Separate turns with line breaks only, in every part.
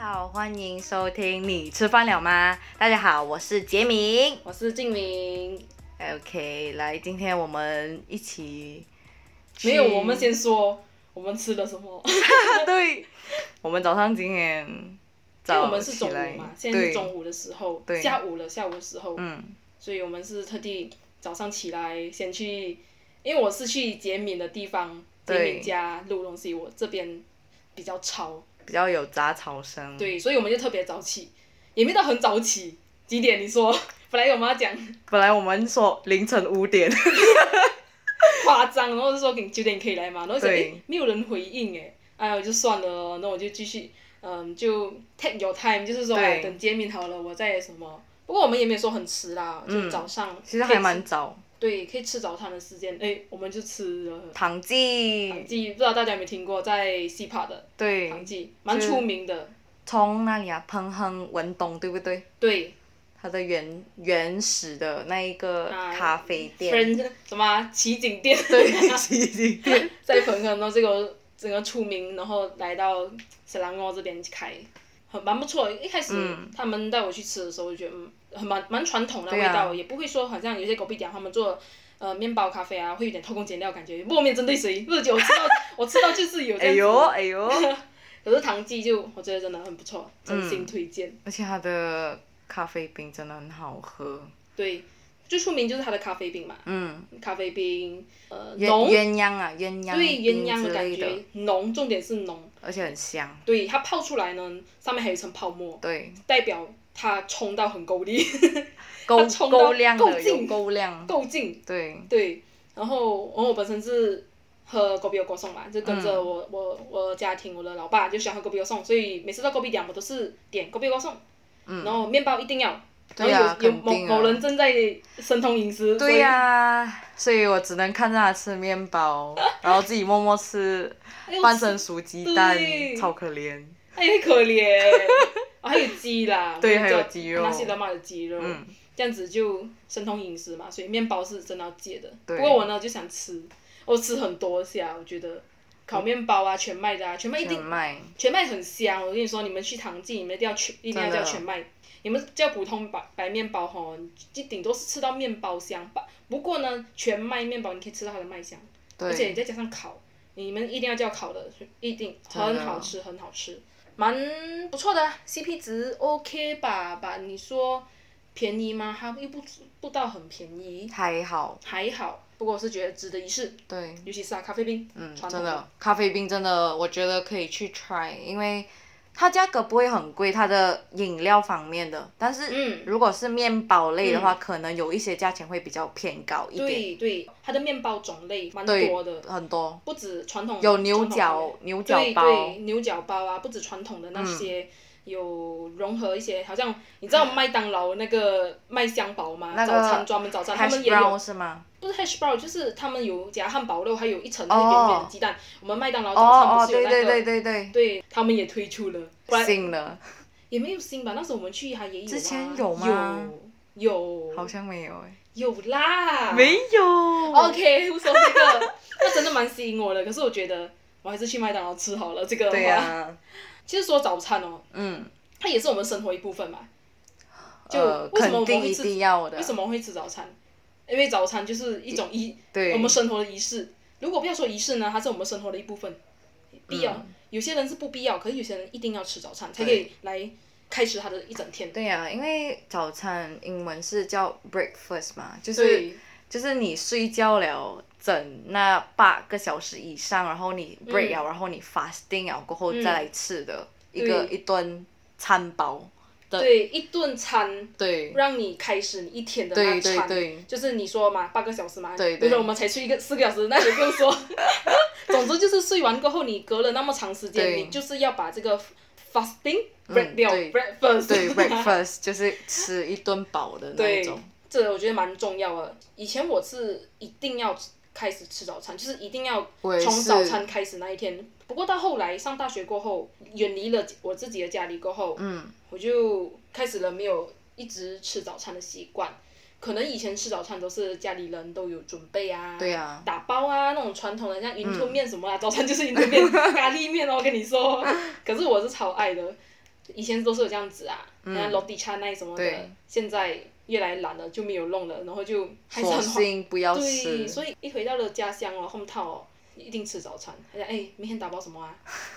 好，欢迎收听《你吃饭了吗》。大家好，我是杰明。
我是静明。
OK，来，今天我们一起去
没有，我们先说我们吃了什么，
对，我们早上今天
因为
早
我们是中
起来
午嘛，现在是
对
中午的时候
对，
下午了，下午的时候，
嗯，
所以我们是特地早上起来先去，因为我是去杰敏的地方，杰
对
敏家录东西，我这边比较吵，
比较有杂草声。
对，所以我们就特别早起，也没到很早起，几点？你说， 本来我们要讲
本来我们说凌晨五点，
夸张，然后就说你九点可以来嘛，然后就
对
诶没有人回应诶，哎，我就算了哦，那我就继续，嗯，就 take your time，就是说
对
哎，等见面好了，我再什么。不过我们也没有说很迟啦，就
嗯
早上可以吃、
其实还蛮早。
对，可以吃早餐的时间，哎，我们就吃了
唐
唐
记，
记，不知道大家有没有听过，在西帕的唐
对，
记蛮
是
出名的，
从那里啊，彭亨文东，对不对？
对，
它的原原始的那一个
啊
咖啡店，
friend 什么啊奇景店，
对， 奇景店，
在彭坑，然后这个整个出名，然后来到雪兰莪这边开，很蛮不错的。一开始
嗯
他们带我去吃的时候，我就觉得嗯，很蛮蛮传统的
对
味
啊
道，也不会说好像有些狗屁讲他们做。呃，面包咖啡啊，会有点偷工减料感觉，没有针对谁。日久我吃到，我吃到就是有这
哎
样子。
呦哎 呦，
可是唐记就我觉得真的很不错，真心推荐。
而且它的咖啡冰真的很好喝，
对，最出名就是它的咖啡冰嘛，
嗯，
咖啡冰，呃，
鸳
浓，
鸳鸯啊，鸳鸯
对鸳
冰
鸯
嗯之
的感
类的，
觉，浓，重点是浓。
而且很香，
对，它泡出来呢，上面还有一层泡沫，
对，
代表它冲到很够力，
够
冲到
够亮
够
的，
劲
有够亮，
够劲。
对，
对，然后，然后我本身是喝狗比果送嘛，就跟
嗯
着我、我我家庭我的老爸就喜欢喝狗比果送，所以每次到狗比点我都是点狗比果送，
嗯
然后面包一定要。
对
然
啊
后有有
肯
某
定啊
某人正在神通饮食，所
对
以
呀、所以我只能看着他吃面 包，然后自己默默吃
哎呦
半生熟鸡蛋
对，
超可怜。
哎呦可怜， 哦还有鸡啦，
对
我们
还有
叫
鸡肉
纳西德玛的鸡肉，
嗯，
这样子就神通饮食嘛，所以面包是真的要戒的。
对
不过我呢就想吃，我吃很多下，我觉得烤面包啊、全麦的啊，全麦一
全
定
麦，
全麦很香。我跟你说，你们去唐记，你们一定要全，一定要
真的
叫全麦。你们叫普通白白面包吼，你就顶多是吃到面包香吧。不过呢，全麦面包你可以吃到它的麦香，而且你
对，
再加上烤，你们一定要叫烤的，一定
真的
很好吃，很好吃，蛮不错的啊，CP 值 OK 吧吧？你说便宜吗？它又不不到很便宜，
还好，
还好。不过我是觉得值得一试，
对，
尤其是啊它咖啡冰，
嗯，
传
真
统
的，咖啡冰真的，我觉得可以去 try，因为它价格不会很贵，它的饮料方面的，但是
嗯，
如果是面包类的话，可能有一些价钱会比较偏高一点，
对对，它的面包种类蛮
对
多的，
很多
不止传统
有牛
传统口味
角牛角
对
包，嗯
对，牛角包啊，不止传统的那些，有融合一些，好像你知道麦当劳那个麦香堡吗？
哎那个
早餐专门早餐，他
hash
们也有
brown 是吗？
不是 hash brown，就是他们有夹汉堡肉，还有一层那
哦
个圆圆的鸡蛋。我们麦当劳
哦
早餐
哦，
不是有
对
那个？
对对对对，
对他们也推出了，不然
信了，
也没有新吧？那时候我们去还也有、啊。
之前有吗？
有
好
有
像没有哎、
有啦。
没有
OK，不说这个， 那真的蛮吸引我的。可是我觉得我还是去麦当劳吃好了。这个的话
对呀、
其实说早餐哦，
嗯，
它也是我们生活一部分嘛。就
呃，
为什么
肯
我
定
们会
一
吃？
定要的
为，什么会吃早餐？因为早餐就是一种仪，
对，
我们生活的仪式。如果不要说仪式呢，它是我们生活的一部分，必要。
嗯
有些人是不必要，可是有些人一定要吃早餐才可以来开始他的一整天。
对呀、因为早餐英文是叫 breakfast 嘛，就是
对
就是你睡觉了整那八个小时以上，然后你 break 了，然后你 fasting 了过后
嗯
再来吃的、一个
对
一顿餐包。对
对，一顿餐
对
让你开始你一天的那
对对
餐。
对
就是你说嘛，八个小时嘛，
对对
比如说我们才睡一个四个小时，那也不用说。 总之就是睡完过后，你隔了那么长时间，
对
你就是要把这个 fasting
嗯
break 掉、
对
breakfast。
对 breakfast 就是吃一顿饱的那一种。
这个我觉得蛮重要的。以前我是一定要开始吃早餐，就是一定要
我也
从
是
早餐开始那一天。不过到后来上大学过后，远离了我自己的家里过后，
嗯，
我就开始了没有一直吃早餐的习惯。可能以前吃早餐都是家里人都有准备啊，
对呀、
打包啊，那种传统的像云
嗯
吞面什么啊，早餐就是云吞面、咖喱面哦，我跟你说。可是我是超爱的，以前都是有这样子啊，像 l o t t i 那什么
嗯
的
对，
现在越来越懒了，就没有弄了，然后就还是
索
很花
性不要
对，
吃。
所以一回到了家乡哦，home town 哦，一定吃早餐。哎呀，哎，明天打包 什么啊？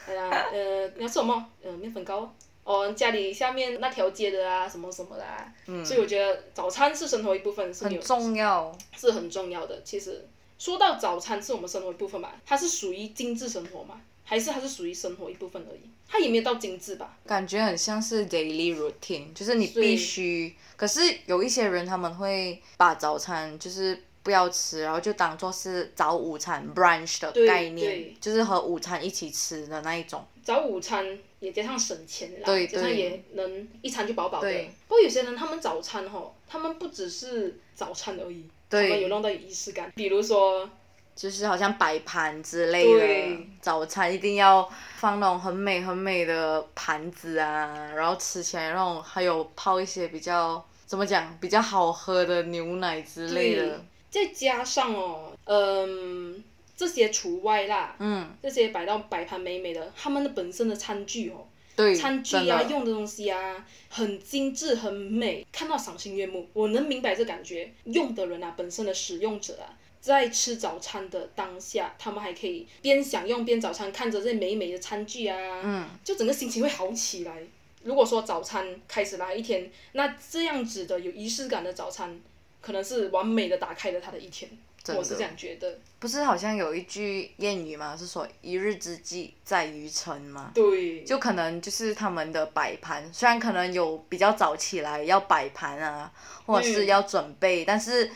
哎呀，呃，你要吃什么？呃，面粉糕。哦，家里下面那条街的啊，什么什么的啊。嗯。所以我觉得早餐是生活一部分，是没
很
有
重要，
是很重要的。其实说到早餐是我们生活一部分嘛，它是属于精致生活嘛，还是它是属于生活一部分而已？它也没有到精致吧？
感觉很像是 daily routine，就是你
所以
必须。可是有一些人他们会把早餐就是不要吃，然后就当做是早午餐 brunch 的
对
概
对
念，就是和午餐一起吃的那一种。
早午餐也加上省钱啦，
对
加上
对
也能一餐就饱饱的
对。
不过有些人他们早餐吼，他们不只是早餐而已，他
对
们有弄到有仪式感，比如说
就是好像摆盘之类的
对，
早餐一定要放那种很美很美的盘子啊，然后吃起来那种还有泡一些比较怎么讲比较好喝的牛奶之类
对
的，，
再加上哦，嗯，这些除外啦，
嗯，
这些摆到摆盘美美的，他们的本身的餐具哦，
对，
餐具
真
啊
的
用的东西啊，很精致很美，看到赏心悦目。我能明白这感觉，用的人啊，本身的使用者啊。在吃早餐的当下，他们还可以边享用边早餐，看着这美美的餐具啊，
嗯，
就整个心情会好起来。如果说早餐开始来一天，那这样子的有仪式感的早餐，可能是完美的打开了他的一天。
真
我是
的
这样觉得，
不是好像有一句谚语嘛，是说一日之计在于晨嘛，
对，
就可能就是他们的摆盘，虽然可能有比较早起来要摆盘啊，或者是
嗯
要准备，但是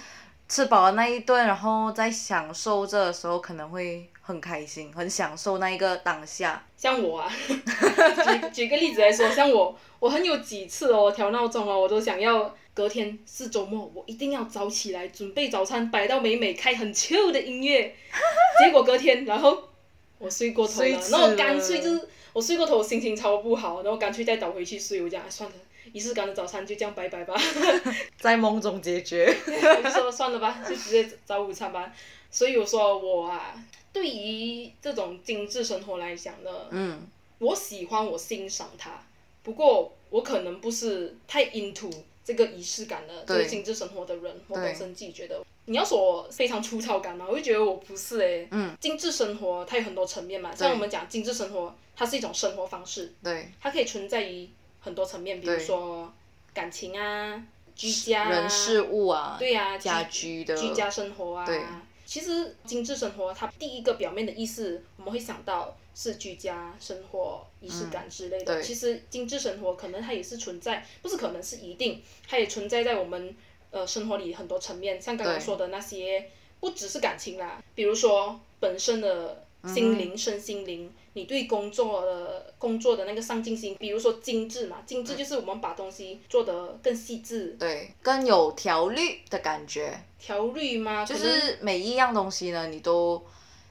吃饱了那一顿，然后在享受这的时候，可能会很开心，很享受那一个当下。
像我啊， 举举个例子来说，像我，我很有几次哦，调闹钟哦，我都想要隔天是周末，我一定要早起来准备早餐，摆到美美，开很 chill 的音 乐。结果隔天，然后我睡过头了，
睡迟
然后我干
了
脆就是我睡过头，心情超不好，然后干脆再倒回去睡。我讲、哎、算了，仪式感的早餐就这样拜拜吧。
在梦中解决，
我就说算 了吧，就直接找午餐吧。所以我说我啊，对于这种精致生活来讲呢，
嗯，
我喜欢，我欣赏它。不过我可能不是太 into 这个仪式感的，这
对
个精致生活的人。我
对
本身自己觉得，你要说我非常粗糙感嘛，我就觉得我不是诶、
嗯，
精致生活它有很多层面嘛，像我们讲精致生活，它是一种生活方式，
对，
它可以存在于很多层面，比如
对
说感情啊、居家、啊、
人事物啊，
对呀、
家
居
居的，
居家生活啊。
对
其实精致生活，它第一个表面的意思，我们会想到是居家生活、仪式感之类的。
嗯对
其实精致生活可能它也是存在，不是可能是一定，它也存在在我们呃生活里很多层面，像刚刚
对
说的那些，不只是感情啦，比如说本身的心
嗯
灵、身心灵，你对工作的工作的那个上进心，比如说精致嘛，
嗯
精致就是我们把东西做得更细致、
对，更有条律的感觉。
条律嘛，
就
可能
是每一样东西呢，你都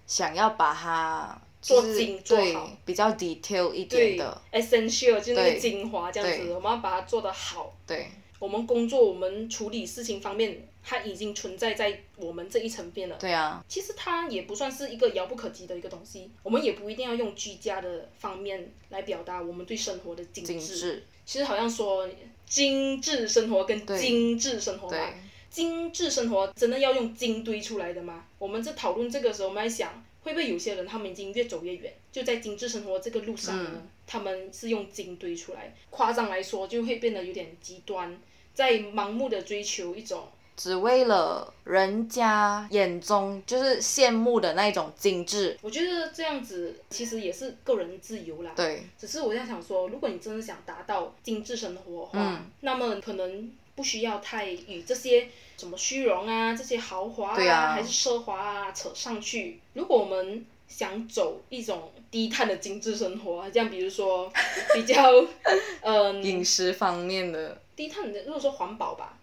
想要把它
做
就是
精做
对
好
比较 detail 一点
对
的，
essential 就是那个
对
精华这样子，
对
我们要把它做得好。
对
我们工作，我们处理事情方面，它已经存在在我们这一层面了。
对啊，
其实它也不算是一个遥不可及的一个东西，我们也不一定要用居家的方面来表达我们对生活的精致。
精致，
其实好像说精致生活跟
对
精致生活
对
吧，精致生活真的要用精堆出来的吗？我们在讨论这个时候，我们在想，会不会有些人他们已经越走越远，就在精致生活这个路上呢？他们是用精堆出来，夸张来说就会变得有点极端，在盲目的追求一种
只为了人家眼中就是羡慕的那一种精致，
我觉得这样子其实也是个人自由啦。
对
只是我在想说，如果你真的想达到精致生活的话，
嗯
那么可能不需要太与这些什么虚荣啊、这些豪华
对啊
还是奢华啊扯上去。如果我们想走一种低碳的精致生活啊，这样比如说比较 嗯
饮食方面的，
低碳的，如果说环保吧，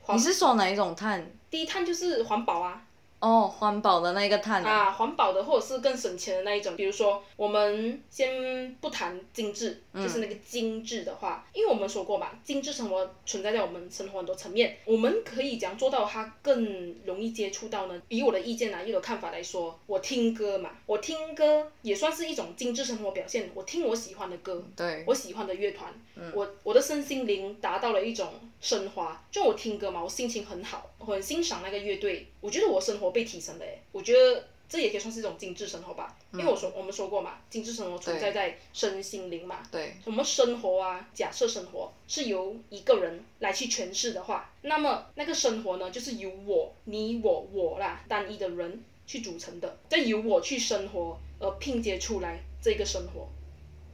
环
你是说哪一种碳？
低碳就是环保啊，
哦，环保的那个碳啊，
啊，环保的或者是更省钱的那一种。比如说，我们先不谈精致，就是那个精致的话，因为我们说过嘛，精致生活存在在我们生活很多层面，我们可以讲做到它更容易接触到呢。以我的意见啊，以我的看法来说，我听歌嘛，我听歌也算是一种精致生活表现。我听我喜欢的歌，
对，
我喜欢的乐团，我我的身心灵达到了一种升华。就我听歌嘛，我心情很好，我很欣赏那个乐队，我觉得我生活被提升了诶，我觉得。这也可以算是一种精致生活吧，因为我说我们说过嘛，精致生活存在在身心灵嘛，
对，
我们生活啊，假设生活是由一个人来去诠释的话，那么那个生活呢，就是由我、你、我、我啦，单一的人去组成的，再由我去生活而拼接出来这个生活。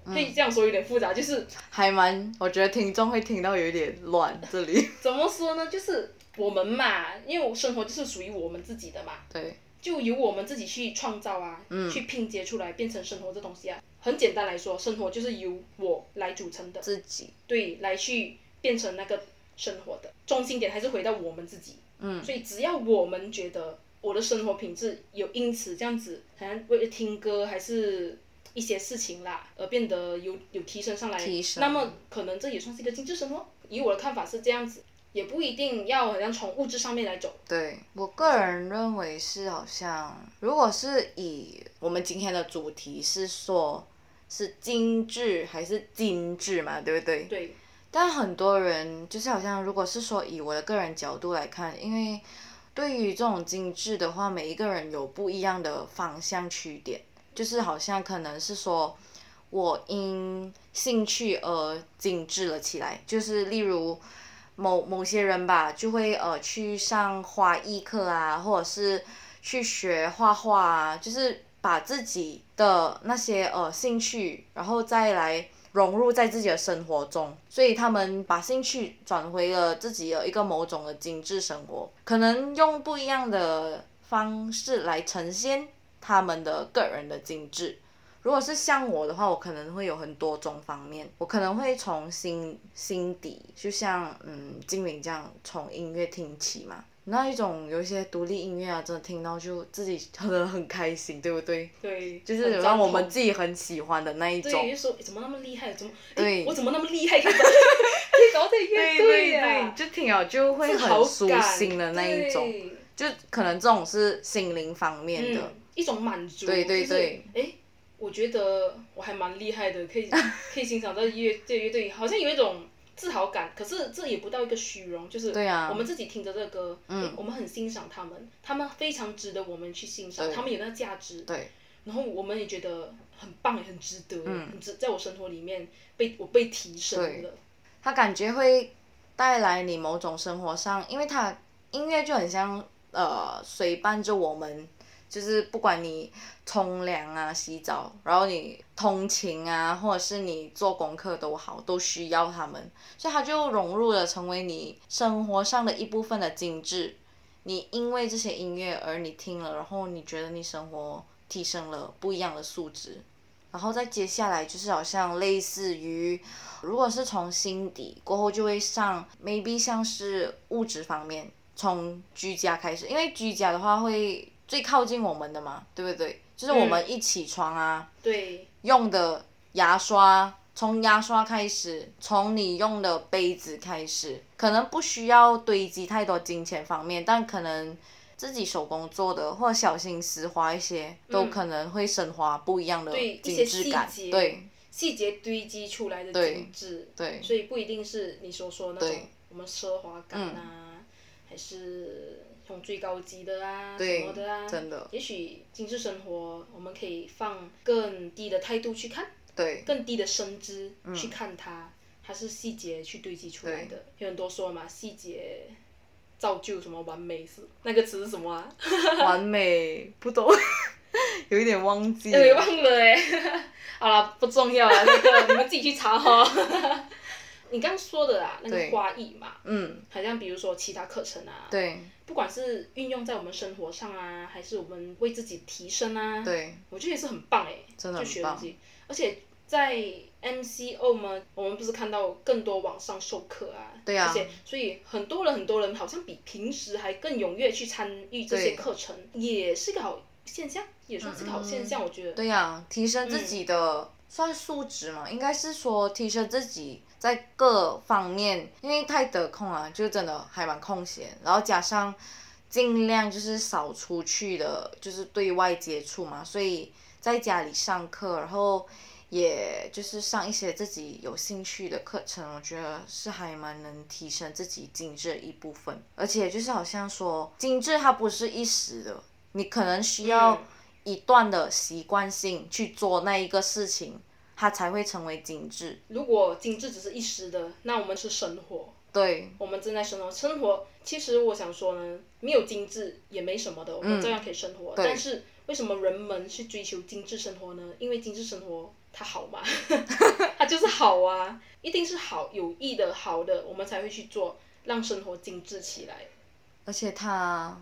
可以这样说有点复杂，就是
还蛮，我觉得听众会听到有一点乱这 里，
怎么说呢？就是我们嘛，因为我生活就是属于我们自己的嘛，
对，
就由我们自己去创造啊，去拼接出来变成生活这东西啊。很简单来说，生活就是由我来组成的。
自己，
对，来去变成那个生活的中心点，还是回到我们自己。嗯，所以只要我们觉得我的生活品质有因此这样子，好像为了听歌还是一些事情啦，而变得有有提升上来
提，升
那么可能这也算是一个精致生活。以我的看法是这样子，也不一定要好像从物质上面来走。
对我个人认为是好像，如果是以我们今天的主题是说，是精致还是精致嘛，对不对？
对，
但很多人就是好像，如果是说以我的个人角度来看，因为对于这种精致的话，每一个人有不一样的方向区点，就是好像可能是说，我因兴趣而精致了起来，就是例如。某某些人吧，就会呃去上花艺课啊，或者是去学画画啊，就是把自己的那些呃兴趣，然后再来融入在自己的生活中，所以他们把兴趣转回了自己的一个某种的精致生活，可能用不一样的方式来呈现他们的个人的精致。如果是像我的话，我可能会有很多种方面，我可能会从心心底，就像嗯精灵这样，从音乐听起嘛。那一种有一些独立音乐啊，真的听到就自己很很开心，对不对？
对，
就是
很
让我
赞
们
同
自己很喜欢的那一种
对，。就说诶怎么那么厉害，怎么诶
对
我怎么那么厉害，可以搞 可以搞这乐
对
队
对
呀、
对，就听了就会
自豪
很舒
感
心的那一种，
对
就可能这种是心灵方面的。
嗯、一种满足。
对对对
就是，哎，我觉得我还蛮厉害的，可以 可以欣赏到乐这乐队，好像有一种自豪感。可是这也不到一个虚荣，就是
对啊
我们自己听着这个歌，嗯，我们很欣赏他们，他们非常值得我们去欣赏，
对
他们有那个价值。
对，
然后我们也觉得很棒，也很值得，
嗯
很值在我生活里面被我被提升了。
它感觉会带来你某种生活上，因为它音乐就很像呃随伴着我们，就是不管你冲凉啊、洗澡，然后你通勤啊，或者是你做功课都好，都需要它们，所以它就融入了成为你生活上的一部分的精致。你因为这些音乐而你听了，然后你觉得你生活提升了不一样的素质，然后再接下来就是好像类似于如果是从心底过后，就会上 maybe 像是物质方面，从居家开始，因为居家的话会最靠近我们的嘛，对不对？就是我们一起床啊，
对
用的牙刷，从牙刷开始，从你用的杯子开始，可能不需要堆积太多金钱方面，但可能自己手工做的或小心思花一些，都可能会升华不一样的
对，一
精
些
致
细
感。
节，
对，
细节堆积出来的
对
精致，
对
所以不一定是你所说的那种
对嗯
我们奢华感啊，还是用最高级的啊
对
什么的啊，
真的
也许精致生活，我们可以放更低的态度去看，
对嗯
更低的身姿去看它，它是细节去堆积出来的。有很多说嘛，细节造就什么完美是那个词是什么啊？
完美，不懂， 有一点忘记
哎、
了。
忘了哎、 好了，不重要了，那个你们自己去查哈、 你刚刚说的啊，那个
对
花艺嘛，
嗯，
好像比如说其他课程啊，
对
不管是运用在我们生活上啊，还是我们为自己提升啊，
对
我觉得也是很棒哎、
真的
就
很
学东
棒
西，而且在 MCO 嘛，我们不是看到更多网上授课啊，
对啊
这些，所以很多人很多人好像比平时还更踊跃去参与这些
对嗯
课程，也是个好现象，也算是个好现象，我觉得。
对呀、提升自己的、算素质嘛，应该是说提升自己在各方面，因为太得空啊，就真的还蛮空闲，然后加上尽量就是少出去的，就是对外接触嘛，所以在家里上课，然后也就是上一些自己有兴趣的课程，我觉得是还蛮能提升自己精致的一部分，而且就是好像说精致它不是一时的，你可能需要、
嗯
一段的习惯性去做那一个事情，它才会成为精致。
如果精致只是一时的，那我们是生活，
对，
我们正在生活，生活其实我想说呢，没有精致也没什么的，我们照样可以生活。
嗯对
但是为什么人们去追求精致生活呢？因为精致生活它好 嘛，它就是好啊，一定是好有益的、好的，我们才会去做，让生活精致起来。
而且它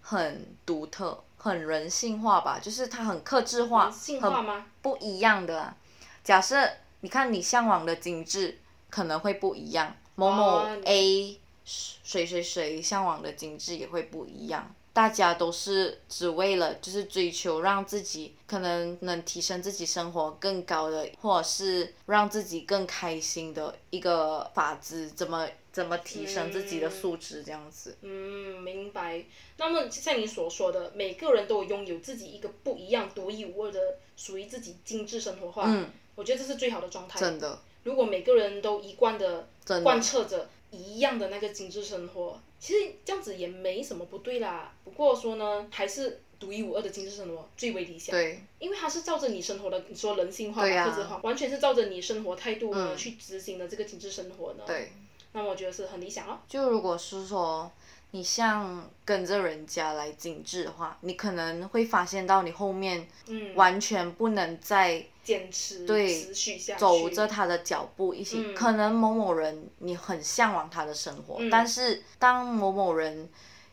很独特，很人性化吧，就是它很克制化
人，性化
很
吗？
不一样的、啊。假设你看你向往的精致可能会不一样，某某
哦你
A 谁谁谁向往的精致也会不一样。大家都是只为了就是追求让自己可能能提升自己生活更高的，或者是让自己更开心的一个法子，怎么怎么提升自己的素质这样子。
嗯，明白。那么像你所说的，每个人都有拥有自己一个不一样、独一无二的属于自己精致生活化，
嗯，
我觉得这是最好的状态。
真的，
如果每个人都一贯的
真的
贯彻着一样的那个精致生活，其实这样子也没什么不对啦。不过说呢，还是独一无二的精致生活最为理想，
对，
因为它是照着你生活的，你说人性化、
对啊
克制化，完全是照着你生活态度呢、
嗯
去执行的这个精致生活呢。
对。
那么我觉得是很理想哦。
就如果是说你像跟着人家来精致的话，你可能会发现到你后面
嗯，
完全不能再
坚持
对
持续下去，
走着他的脚步一起。
嗯
可能某某人你很向往他的生活，
嗯
但是当某某人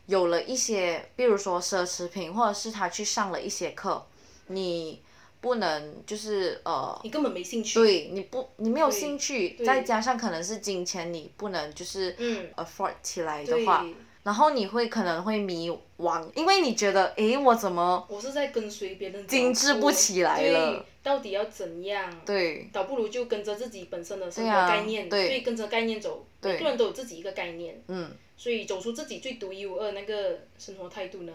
有了一些，比如说奢侈品，或者是他去上了一些课，你不能就是呃
你根本没兴趣。，
对，你不，你没有兴趣，
对
再加上可能是金钱，你不能就是
嗯
afford 起来的
对，
话，然后你会可能会迷惘，因为你觉得，诶，我怎么
我是在跟随别人的脚步，
精致不起来了
对，到底要怎样？
对
倒不如就跟着自己本身的生活
对啊
概念，
对
所以跟着概念走，
对
每个人都有自己一个概念，
嗯，
所以走出自己最独一无二那个生活态度呢，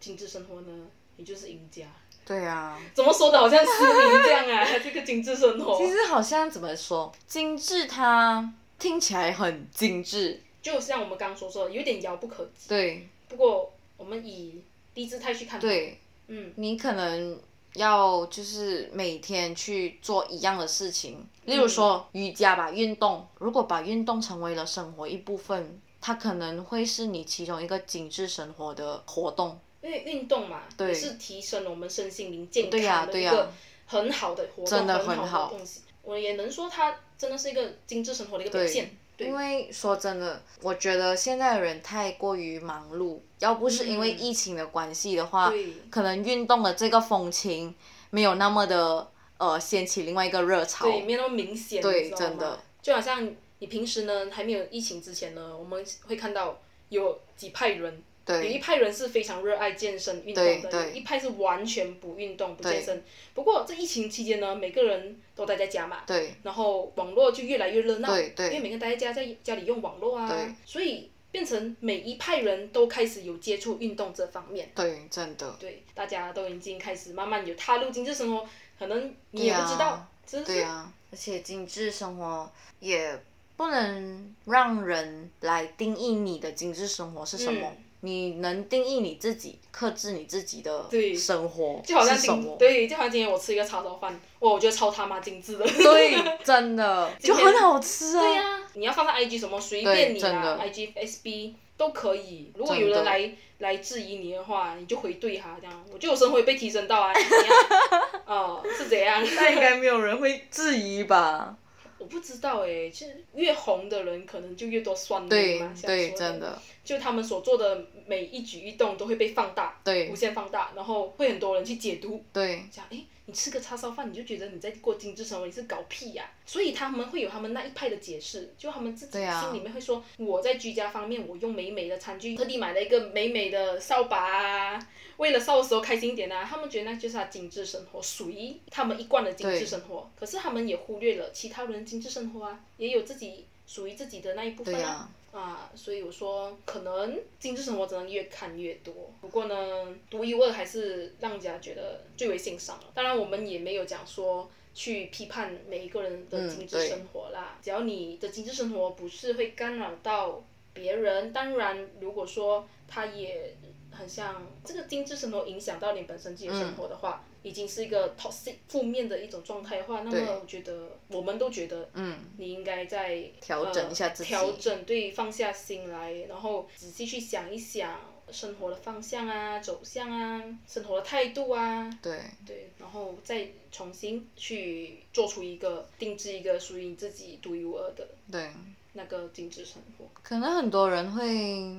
精致生活呢，你就是赢家。
对啊。
怎么说的，好像失明这样啊？ 这个精致生
其
活，
实好像怎么说，精致它听起来很精致，
就像我们刚刚所说的，有点遥不可及。
对
不过我们以低姿态去看，
对，
嗯，
你可能要就是每天去做一样的事情，例如说瑜伽吧，运动。如果把运动成为了生活一部分，它可能会是你其中一个精致生活的活动。
因为运动嘛，
对
也是提升我们身心灵健
对呀
康的
对
一
呀
个很好的活动，
真的
很
很
好
好
的东西。我也能说，它真的是一个精致生活的一个表
对
现。对
因为说真的，我觉得现在的人太过于忙碌，要不是因为
嗯
疫情的关系的话，
对
可能运动的这个风情没有那么的呃掀起另外一个热潮。
对，没有那么明显，
对
你知道
真
吗
的。
就好像你平时呢，还没有疫情之前呢，我们会看到有几派人，有
对
一派人是非常热爱健身运动
对
的，
对
有一派是完全不运动不
对
健身。不过这疫情期间呢，每个人都待在家嘛，
对
然后网络就越来越热闹，
对
因为
对
每个人待在家在家里用网络
对
啊，所以变成每一派人都开始有接触运动这方面。
对，真的。
对，大家都已经开始慢慢有踏入精致生活，可能你也
对
不
啊
知道，只是
对啊，而且精致生活也不能让人来定义你的精致生活是什么。
嗯
你能定义你自己，克制你自己的
对
生活
就好像
是什
今
么？
对，就好像今天我吃一个叉烧饭，哇，我觉得超他妈 精致的。
对，真的就
今天
很好吃啊。
对呀、你要放在 IG 什么随便你
对
啊
真
啦
的
，IG、SB 都可以。如果
真的
有人来来质疑你的话，你就回怼他，这样我觉得我生活也被提升到啊，你怎样？ 哦、是怎样？
那应该没有人会质疑吧？
我不知道哎、其实越红的人可能就越多酸
对
民嘛，像
对，
说
真，的
就他们所做的每一举一动都会被放大，
对
无限放大，然后会很多人去解读，
对
讲哎，诶你吃个叉烧饭，你就觉得你在过精致生活，你是搞屁呀、所以他们会有他们那一派的解释，就他们自己
对啊
心里面会说，我在居家方面，我用美美的餐具，特地买了一个美美的扫把啊，为了扫的时候开心一点啊。他们觉得那就是他精致生活，属于他们一贯的精致
对
生活。可是他们也忽略了其他人的精致生活啊，也有自己属于自己的那一部分
对呀、
啊。啊，所以我说，可能精致生活只能越看越多。不过呢，独一无二还是让人家觉得最为欣赏了。当然，我们也没有讲说去批判每一个人的
嗯
精致
对
生活啦。只要你的精致生活不是会干扰到别人，当然，如果说他也很像这个精致生活影响到你本身自己的生活的
嗯
话，已经是一个 toxic 负面的一种状态的话，那
对
么我觉得我们都觉得，
嗯，
你应该在呃
调整一下自己
调整对，放下心来，然后仔细去想一想生活的方向啊、走向啊、生活的态度啊，
对，
对，然后再重新去做出一个定制一个属于你自己独一无二的
对，
那个精致生活。
可能很多人会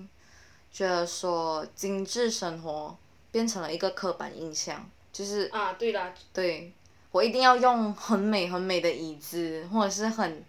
觉得说精致生活变成了一个刻板印象，就是
啊，对啦，
对我一定要用很美很美的椅子，或者是很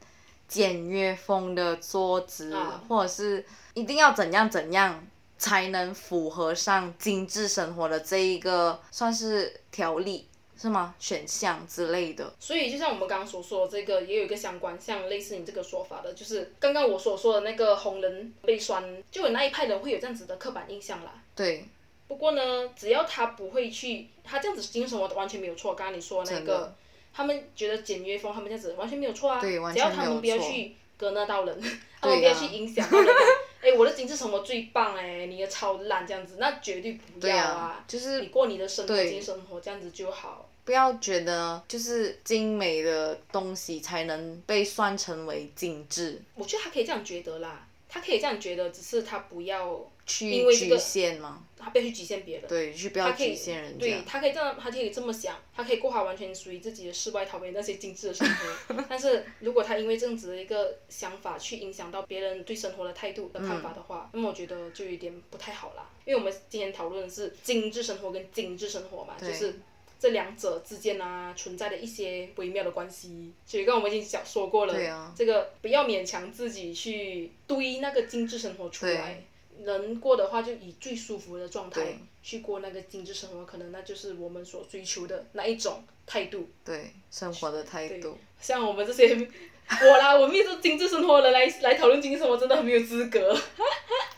简约风的桌子，
啊
或者是一定要怎样怎样才能符合上精致生活的这一个算是条例是吗？选项之类的，
所以就像我们刚刚所说的这个，也有一个相关，像类似你这个说法的，就是刚刚我所说的那个红人被酸，就有那一派人会有这样子的刻板印象啦。
对
不过呢，只要他不会去，他这样子精神生活完全没有错。刚刚你说的那
真
个
的，
他们觉得简约风，他们这样子完全没有错啊。
对完
只
全
要
没有
他们不要去割那 到人，他们不
对
要
啊
去影响到人。 哎，我的精致生活最棒哎，你的超烂这样子，那绝对不
对
要
啊
啊，。
就是
你过你的生活，
对
精神生活这样子就好。
不要觉得就是精美的东西才能被算成为精致，
我觉得他可以这样觉得啦，他可以这样觉得，只是他不要，
去
因为这个
局限嘛，
他不要去局限别人。
对，去不
他
要
可以
局限人
对
家，
他可以这样，他可以这么想，他可以过好完全属于自己的世外桃源那些精致的生活。但是如果他因为这样子的一个想法去影响到别人对生活的态度的看法的话，
嗯
那么我觉得就有点不太好啦。因为我们今天讨论的是精致生活跟精致生活嘛，就
对
是。这两者之间啊，存在的一些微妙的关系，所以刚刚我们已经讲说过了，
对啊
这个不要勉强自己去堆那个精致生活出来
对，
能过的话就以最舒服的状态
对
去过那个精致生活，可能那就是我们所追求的那一种态度。
对生活的态度，
像我们这些，我啦，我们也是精致生活的人来来讨论精致生活，真的很没有资格。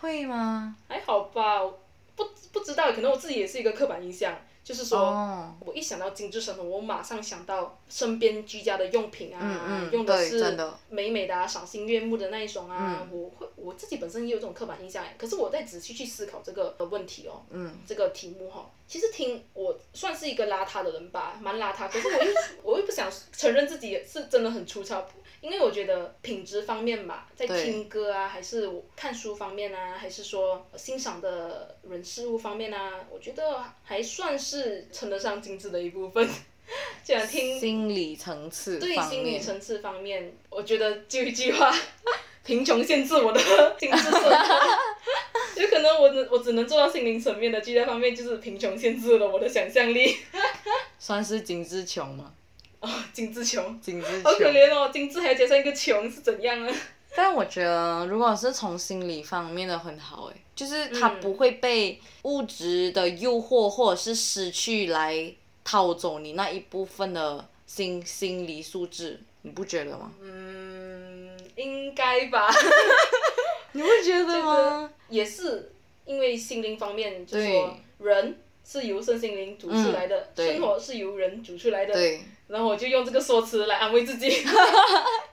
会吗？
还好吧，我不不知道，可能我自己也是一个刻板印象，就是说。
哦，
我一想到精致生活，我马上想到身边居家的用品啊，
嗯嗯
用的
对
是
真的嗯
美美的、啊、赏心悦目的那一种啊。我会我自己本身也有这种刻板印象哎，可是我在仔细去思考这个问题哦，
嗯，
这个题目哈、其实听我算是一个邋遢的人吧，蛮邋遢，可是我又我又不想承认自己是真的很粗糙，因为我觉得品质方面吧，在
对
听歌啊，还是我看书方面啊，还是说欣赏的人事物方面啊，我觉得还算是称得上精致的一部分。 既然听
心理层次
对
方
心理
面，
层次方面，我觉得就一句话， 贫穷限制 我的精致生活。有可能我只我只能做到心灵层面的，其他方面就是贫穷限制了我的想象力。
算是精致穷吗？
哦，精致穷，
精致
好可
穷。
怜哦，精致还要加上一个穷是怎样啊？
但我觉得，如果是从心理方面的很好，哎，就是他不会被物质的诱惑或者是失去来掏走你那一部分的心心理素质，你不觉得吗？
嗯，应该吧，
你不觉得吗？
也是因为心灵方面，就
对
说人是由身心灵煮出来的，
对
生活是由人煮出来的，
对，
然后我就用这个说辞来安慰自己，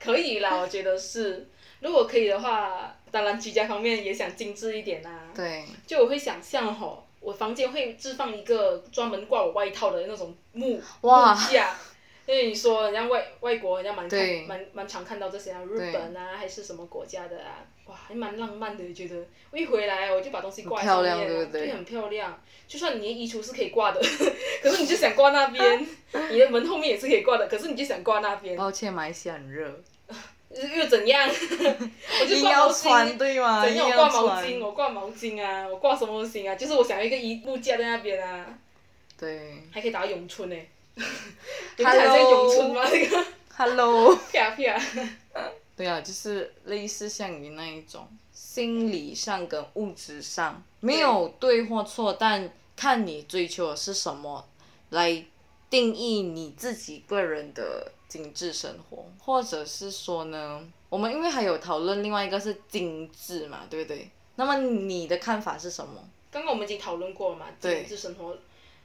可以啦，我觉得是。如果可以的话，当然居家方面也想精致一点啊啦、
对，
就我会想象吼，我房间会置放一个专门挂我外套的那种木
哇
木架。因为你说人家外外国人家蛮
对
看蛮蛮常看到这些啊，日本啊还是什么国家的啊，哇，还蛮浪漫的，觉得我一回来我就把东西挂在上
很漂
面、
亮
啊，
对不对
很漂亮。就算你的衣橱是可以挂的，可是你就想挂那边，你的门后面也是可以挂的，可是你就想挂那边，
抱歉，马来西亚很热，
又又怎样？ 我就
硬
挂毛
要
巾
穿对吗？
怎
硬
样？
啊
我
要
挂毛
穿，
巾，哦我挂毛巾啊，我挂什么都行啊，就是我想要一个衣木架在那边啊，
对，
还可以打咏春呢、欸有点像咏春吗？这个
Hello，
啪啪，
对啊，就是类似像于那一种心理上跟物质上没有对或错，但看你追求的是什么来定义你自己个人的精致生活，或者是说呢，我们因为还有讨论另外一个是精致嘛，对不对？那么你的看法是什么？
刚刚我们已经讨论过了嘛，
对
精致生活。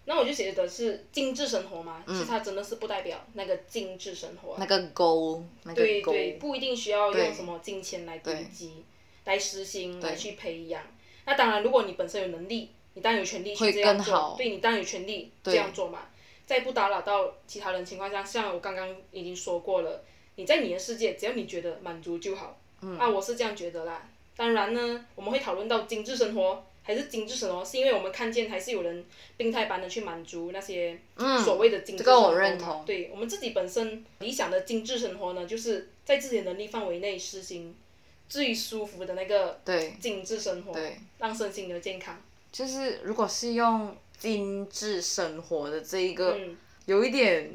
那我就写的是精致生活
嗯
嘛，其实它真的是不代表那个精致生活啊、
那个 goal，那个
对
goal，
对，不一定需要
对
用什么金钱来
对
堆积、来实行、
对
来去培养。那当然，如果你本身有能力，你当然有权利
会
去这样
更好
做，对你当然有权利这
对
样做嘛。在不打扰到其他人情况下，像我刚刚已经说过了，你在你的世界，只要你觉得满足就好。嗯、啊，我是这样觉得啦。当然呢，我们会讨论到精致生活，还是精致生活，是因为我们看见还是有人病态般的去满足那些所谓的精
嗯
致
这个
生活
我
嘛、
认同
对我们自己本身理想的精致生活呢，就是在自己的能力范围内实行最舒服的那个
对
精致生活，
对，
让身心的健康。
就是如果是用精致生活的这一个，
嗯，
有一点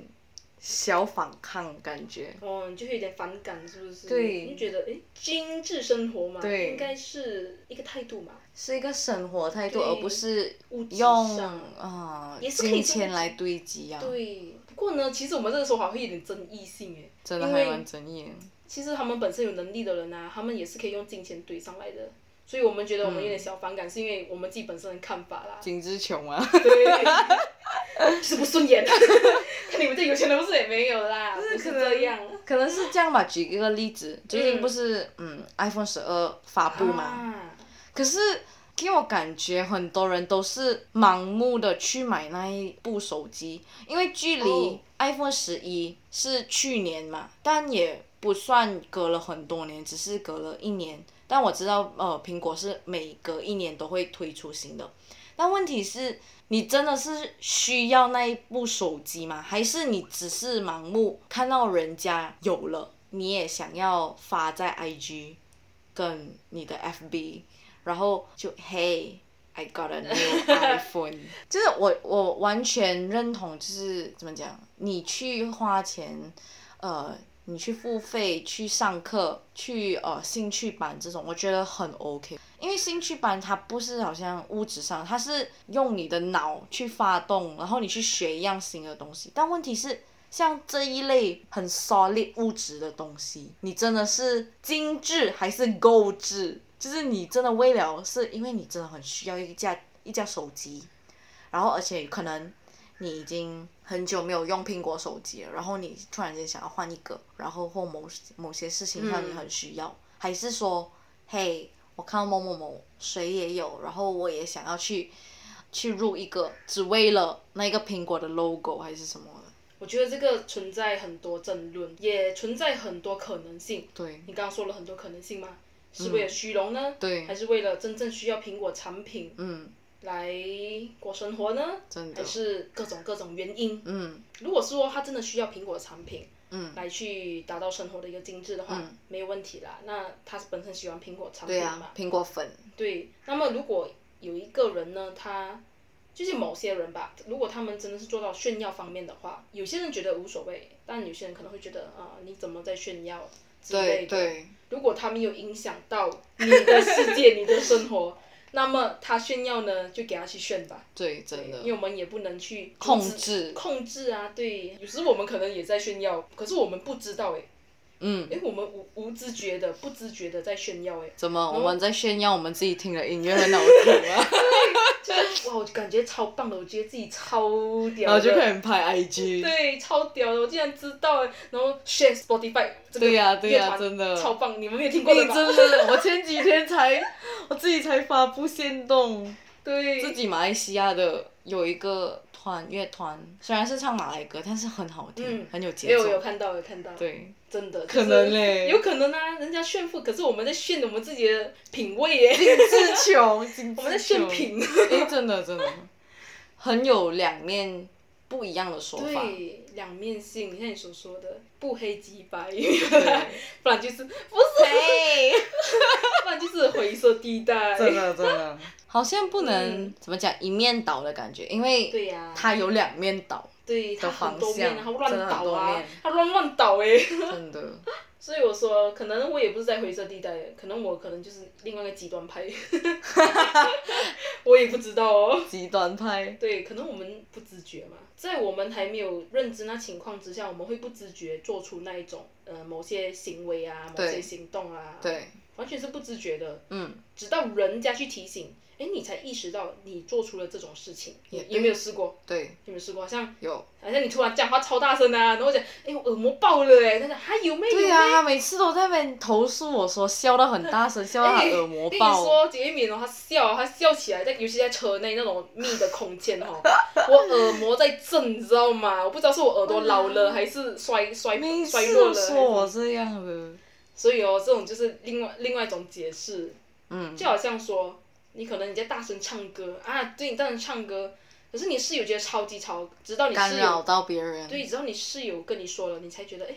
小反抗感觉。
哦，你就会有点反感，是不是？
对
你就觉得诶，精致生活嘛，
对
应该是一个态度嘛，
是一个生活态度，
对
而不是
物质
用
上。
啊、
也是可
金
以
钱来堆积啊，
对，不过呢，其实我们这个说法会有点争议性诶。
真的
因
还
为
蛮争议的。
其实他们本身有能力的人啊，他们也是可以用金钱堆上来的。所以我们觉得我们有点小反感，是因为我们自己本身的看法 啦。
金之穷啊，
对，就是不顺眼。 看你们这有钱人不是也没有啦，不是这样。
可能是这样吧。举一个例子，最近不是嗯 iPhone 十二发布嘛，
啊
可是给我感觉很多人都是盲目的去买那一部手机，因为距离
哦
iPhone 十一是去年嘛，但也不算隔了很多年，只是隔了一年。但我知道，呃，苹果是每隔一年都会推出新的。但问题是，你真的是需要那一部手机吗？还是你只是盲目看到人家有了，你也想要发在 IG，跟你的 FB，然后就 Hey。I got a new iPhone，就是我我完全认同，就是怎么讲，你去花钱，呃，你去付费去上课，去呃兴趣班这种，我觉得很 OK，因为兴趣班它不是好像物质上，它是用你的脑去发动，然后你去学一样新的东西，但问题是。像这一类很 solid 物质的东西，你真的是精致还是购置？就是你真的为了是因为你真的很需要一架一架手机，然后而且可能你已经很久没有用苹果手机了，然后你突然间想要换一个，然后或某某些事情上你很需要，还是说，嘿，我看到某某某谁也有，然后我也想要去去入一个，只为了那个苹果的 logo 还是什么的。
我觉得这个存在很多争论，也存在很多可能性。
对
你刚刚说了很多可能性吗？是为了虚荣呢，
对，
还是为了真正需要苹果产品
嗯，
来过生活呢？
真的
还，是各种各种原因？
嗯
如果说他真的需要苹果产品，
嗯，
来去达到生活的一个精致的话，
嗯
没有问题啦。那他本身喜欢苹果产
对
品
啊
嘛，，
苹果粉，
对，那么如果有一个人呢，他就是某些人吧，如果他们真的是做到炫耀方面的话，有些人觉得无所谓，但有些人可能会觉得啊、你怎么在炫耀之
对
类的。
对，
如果他没有影响到你的世界、 你的生活，那么他炫耀呢，就给他去炫吧。
对，真
对
的
因为我们也不能去阻
控
止
制，
控制啊，对，有时我们可能也在炫耀，可是我们不知道哎、
嗯，
诶，我们无无知觉的、不知觉的在炫耀哎、
怎么我们在炫耀我们自己听的音乐很好 听啊？
就是哇，我感觉超棒的，我觉得自己超
然
屌
后
的，
就开始拍 IG。
对，超屌的，我竟然知道哎，然后 share Spotify 这个
对呀、对呀、
乐团
真的。
超棒，你们没有听过
哎、
的吧？
真的，我前几天才，我自己才发布限动，自
对，
己马来西亚的有一个团乐团，虽然是唱马来歌，但是很好听，
嗯
很有节
有有
奏。
看到有看到，
对，
真的
可能
就是
嘞
有可能啊，人家炫富，可是我们在炫我们自己的品味耶，
自穷，
我
我
们在炫。品，
哎、真的真的，很有两面不一样的说法。
对，两面性，你像你所说的不黑即白，
对，
不然就是不是，啊
嘿。
不然就是灰色地带。
真的真的，好像不能、
嗯
怎么讲一面倒的感觉，因为
对呀、
它有两面倒，
对他很多面，
方向
然后乱
真的很
倒
多
啊
面，
他乱乱倒哎、
真的，
所以我说，可能我也不是在灰色地带，可能我可能就是另外一个极端派， 我也不知道哦。
极端派，
对，可能我们不自觉嘛，在我们还没有认知那情况之下，我们会不自觉做出那一种呃某些行为啊，某
对
些行动啊，
对，
完全是不自觉的，
嗯，
直到人家去提醒，哎，你才意识到你做出了这种事情。
也
你
对
有没有试过？
对，
有没有试过？好像
有。
好像你突然讲话超大声啊，然后我讲，哎，我耳膜爆了哎，他讲还有没有？
对啊，他每次都在那边投诉我说笑到很大声，笑到啊他耳膜
跟你
爆。
说，姐妹哦，她笑，她笑起来，在尤其在车内那种密的空间哦，我耳膜在震，你知道吗？我不知道是我耳朵老
嗯
了，还是摔摔
每
摔
次
弱
都
了还是
说我这样的，
所以哦，这种就是另外另外一种解释，
嗯，
就好像说，你可能你在大声唱歌啊，对你大声唱歌，可是你室友觉得超级吵，直到你
干
室友
扰到别人。
对，直到你室友跟你说了，你才觉得哎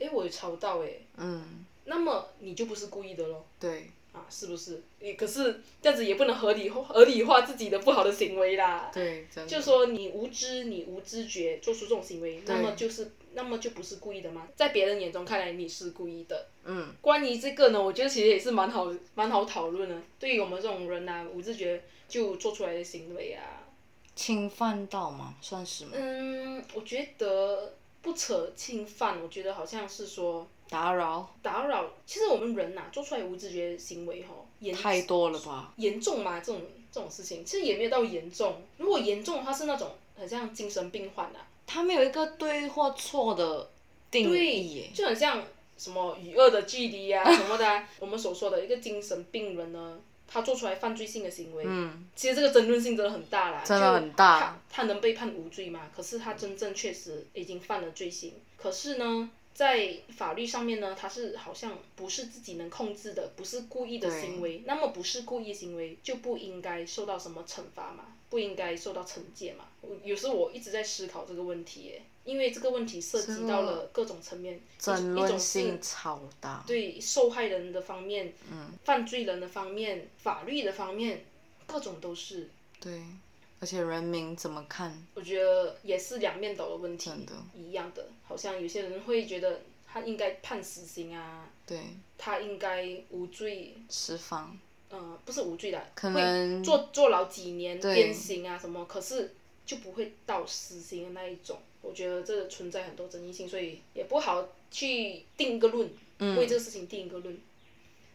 哎我有吵到哎，
嗯，
那么你就不是故意的咯。
对，
啊，是不是？你可是这样子也不能合理化合理化自己的不好的行为啦。
对，真
就
的，
说你无知，你无知觉做出这种行为，那
对
么就是那么就不是故意的嘛。在别人眼中看来你是故意的。
嗯，
关于这个呢，我觉得其实也是蛮好蛮好讨论的。对于我们这种人啊，无知觉就做出来的行为啊，
侵犯到嘛，算是吗？
嗯，我觉得不扯侵犯，我觉得好像是说
打扰
打扰。其实我们人呐、做出来无知觉行为吼、也
太多了吧？
严重吗？这种这种事情，其实也没有到严重。如果严重的话，是那种很像精神病患啊，
他没有一个对或错的定义耶。
就很像什么与恶的距离啊什么的啊、我们所说的一个精神病人呢，他做出来犯罪性的行为，
嗯，
其实这个争论性真的很大啦，
真的
就
很大
他他能被判无罪吗？可是他真正确实已经犯了罪行，可是呢？在法律上面呢，他是好像不是自己能控制的，不是故意的
对
行为。那么不是故意行为就不应该受到什么惩罚嘛，不应该受到惩戒嘛。我有时候我一直在思考这个问题耶，因为这个问题涉及到了各种层面，
哦争
一一
论
种是
性嗯超大。
对受害人的方面，犯罪人的方面，法律的方面，各种都是。
对，而且人民怎么看？
我觉得也是两面倒的问题
真的，
一样的。好像有些人会觉得他应该判死刑啊，
对，
他应该无罪，
释放
呃，不是无罪的，
可
会
能
坐坐牢几年，
对
鞭刑啊什么，可是就不会到死刑的那一种。我觉得这存在很多争议性，所以也不好去定一个论，
嗯
为这个事情定一个论。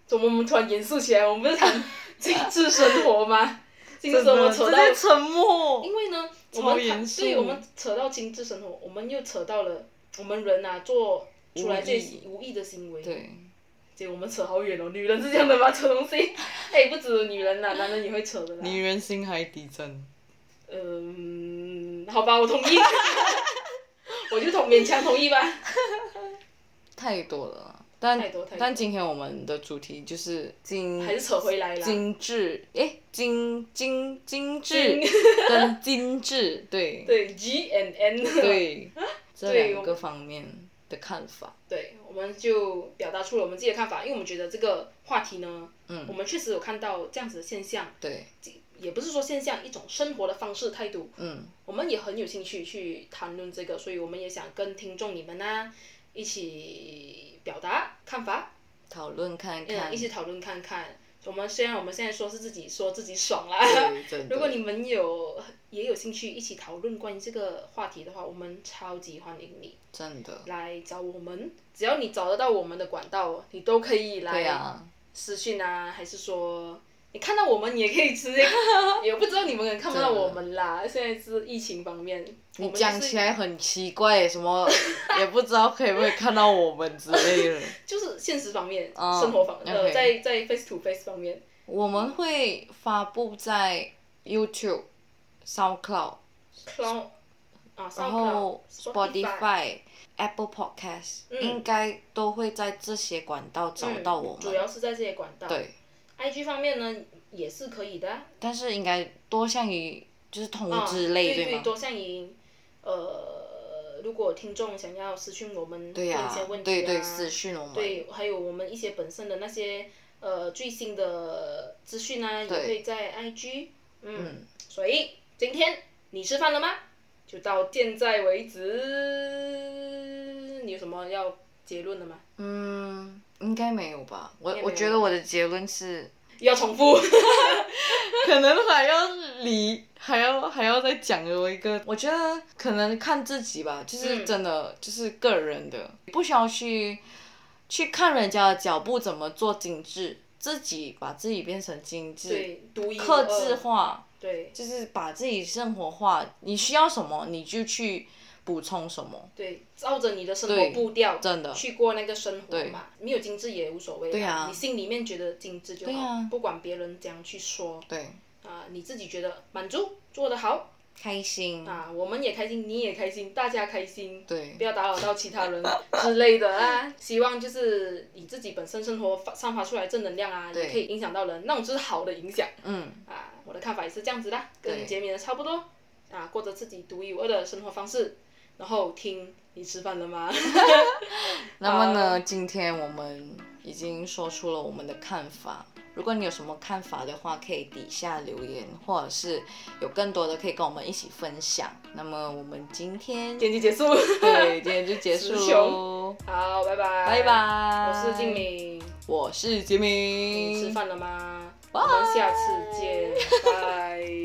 怎么我们突然严肃起来？我们不是谈 精致生活吗？精致
真
生活
的
扯
直
到
接沉默。
因为呢，我
超
们
严
谈，
肃
对我们扯到精致生活，我们又扯到了我们人啊做出来这些无意的行为。
对，
结果我们扯好远哦， 女人是这样的吗？扯东西， 哎，不止女人啦，男人也会扯的啦。
女人心海底针。
嗯，好吧，我同意， 我就同勉强同意吧。
太多了啦，但
太多太多
但今天我们的主题就是精
还是扯回来啦。
嗯精致，诶，精精精致跟精致，对
对 G and N，
对，这
对
两
我
个方面的看法，
对，我们就表达出了我们自己的看法，因为我们觉得这个话题呢，
嗯
我们确实有看到这样子的现象，
对，
也不是说现象，一种生活的方式态度，
嗯，
我们也很有兴趣去谈论这个，所以我们也想跟听众你们呢、一起表达看法，
讨论看看
嗯，一，起讨论看看。我们虽然我们现在说是自己说自己爽啦，
对，真的
如果你们有也有兴趣一起讨论关于这个话题的话，我们超级欢迎你
真的，
来找我们，只要你找得到我们的管道，你都可以
对
来
啊，
私讯啊，还是说你看到我们也可以直接，也不知道你们可能看不到我们啦。现在是疫情方面，我
你
们
讲
就是
起来很奇怪，什么也不知道可不可以看到我们之类 的。
就是现实方面，
哦
生活方呃，
OK
在在 face to face 方面，
我们会发布在 YouTube、SoundCloud、
cloud 啊，
然后
SoundCloud 嗯 Spotify
Spotify、Apple Podcast
嗯
应该都会在这些管道找
嗯
到我
主
们。
要是在这些管道。
对，
IG 方面呢，也是可以的啊。
但是应该多向于就是通
啊，
知类，
对
吗？
多向营，呃，如果听众想要私讯我们
对
问
呀
一些问，题
对对，
啊
私讯我们。
对，还有我们一些本身的那些呃最新的资讯啊，也
对
会在 IG，嗯，
嗯，
所以今天你吃饭了吗？就到现在为止，你有什么要结论的吗？
嗯，应该没有吧？我
应该没有
我觉得我的结论 是，
要重 复，
可能还要离，还要还要再讲有一个，我觉得可能看自己吧，就是
嗯
真的、就是个人的，不需要去去看人家的脚步怎么做精致，自己把自己变成精致，
对，独一无
克制
二，
化，
对
就是把自己生活化，你需要什么你就去补充什么，
对，照着你的生活
对
步调
真的，
去过那个生活
对
嘛，没有精致也无所谓啦，
对啊
你心里面觉得精致就
对
好，
啊
不管别人怎样去说
对，
啊、你自己觉得满足，做得好
开心，
啊、我们也开心，你也开心，大家开心，
对
不，要打扰到其他人之类的啊。希望就是你自己本身生活发散发出来正能量啊，
对
也可以影响到人，那种就是好的影响
嗯，
啊。我的看法也是这样子的，跟
对
杰米的差不多啊，过着自己独一无二的生活方式，然后听你吃饭了吗？
那么
嗯
呢，今天我们已经说出了我们的看法。如果你有什么看法的话，可以底下留言，或者是有更多的可以跟我们一起分享。那么我们今天
点击结束，
对今天就结束
词
喽
穷，好，拜拜，
拜，拜。
我是静，敏，
我是杰
你吃
明，
饭了吗？我们下次见，拜。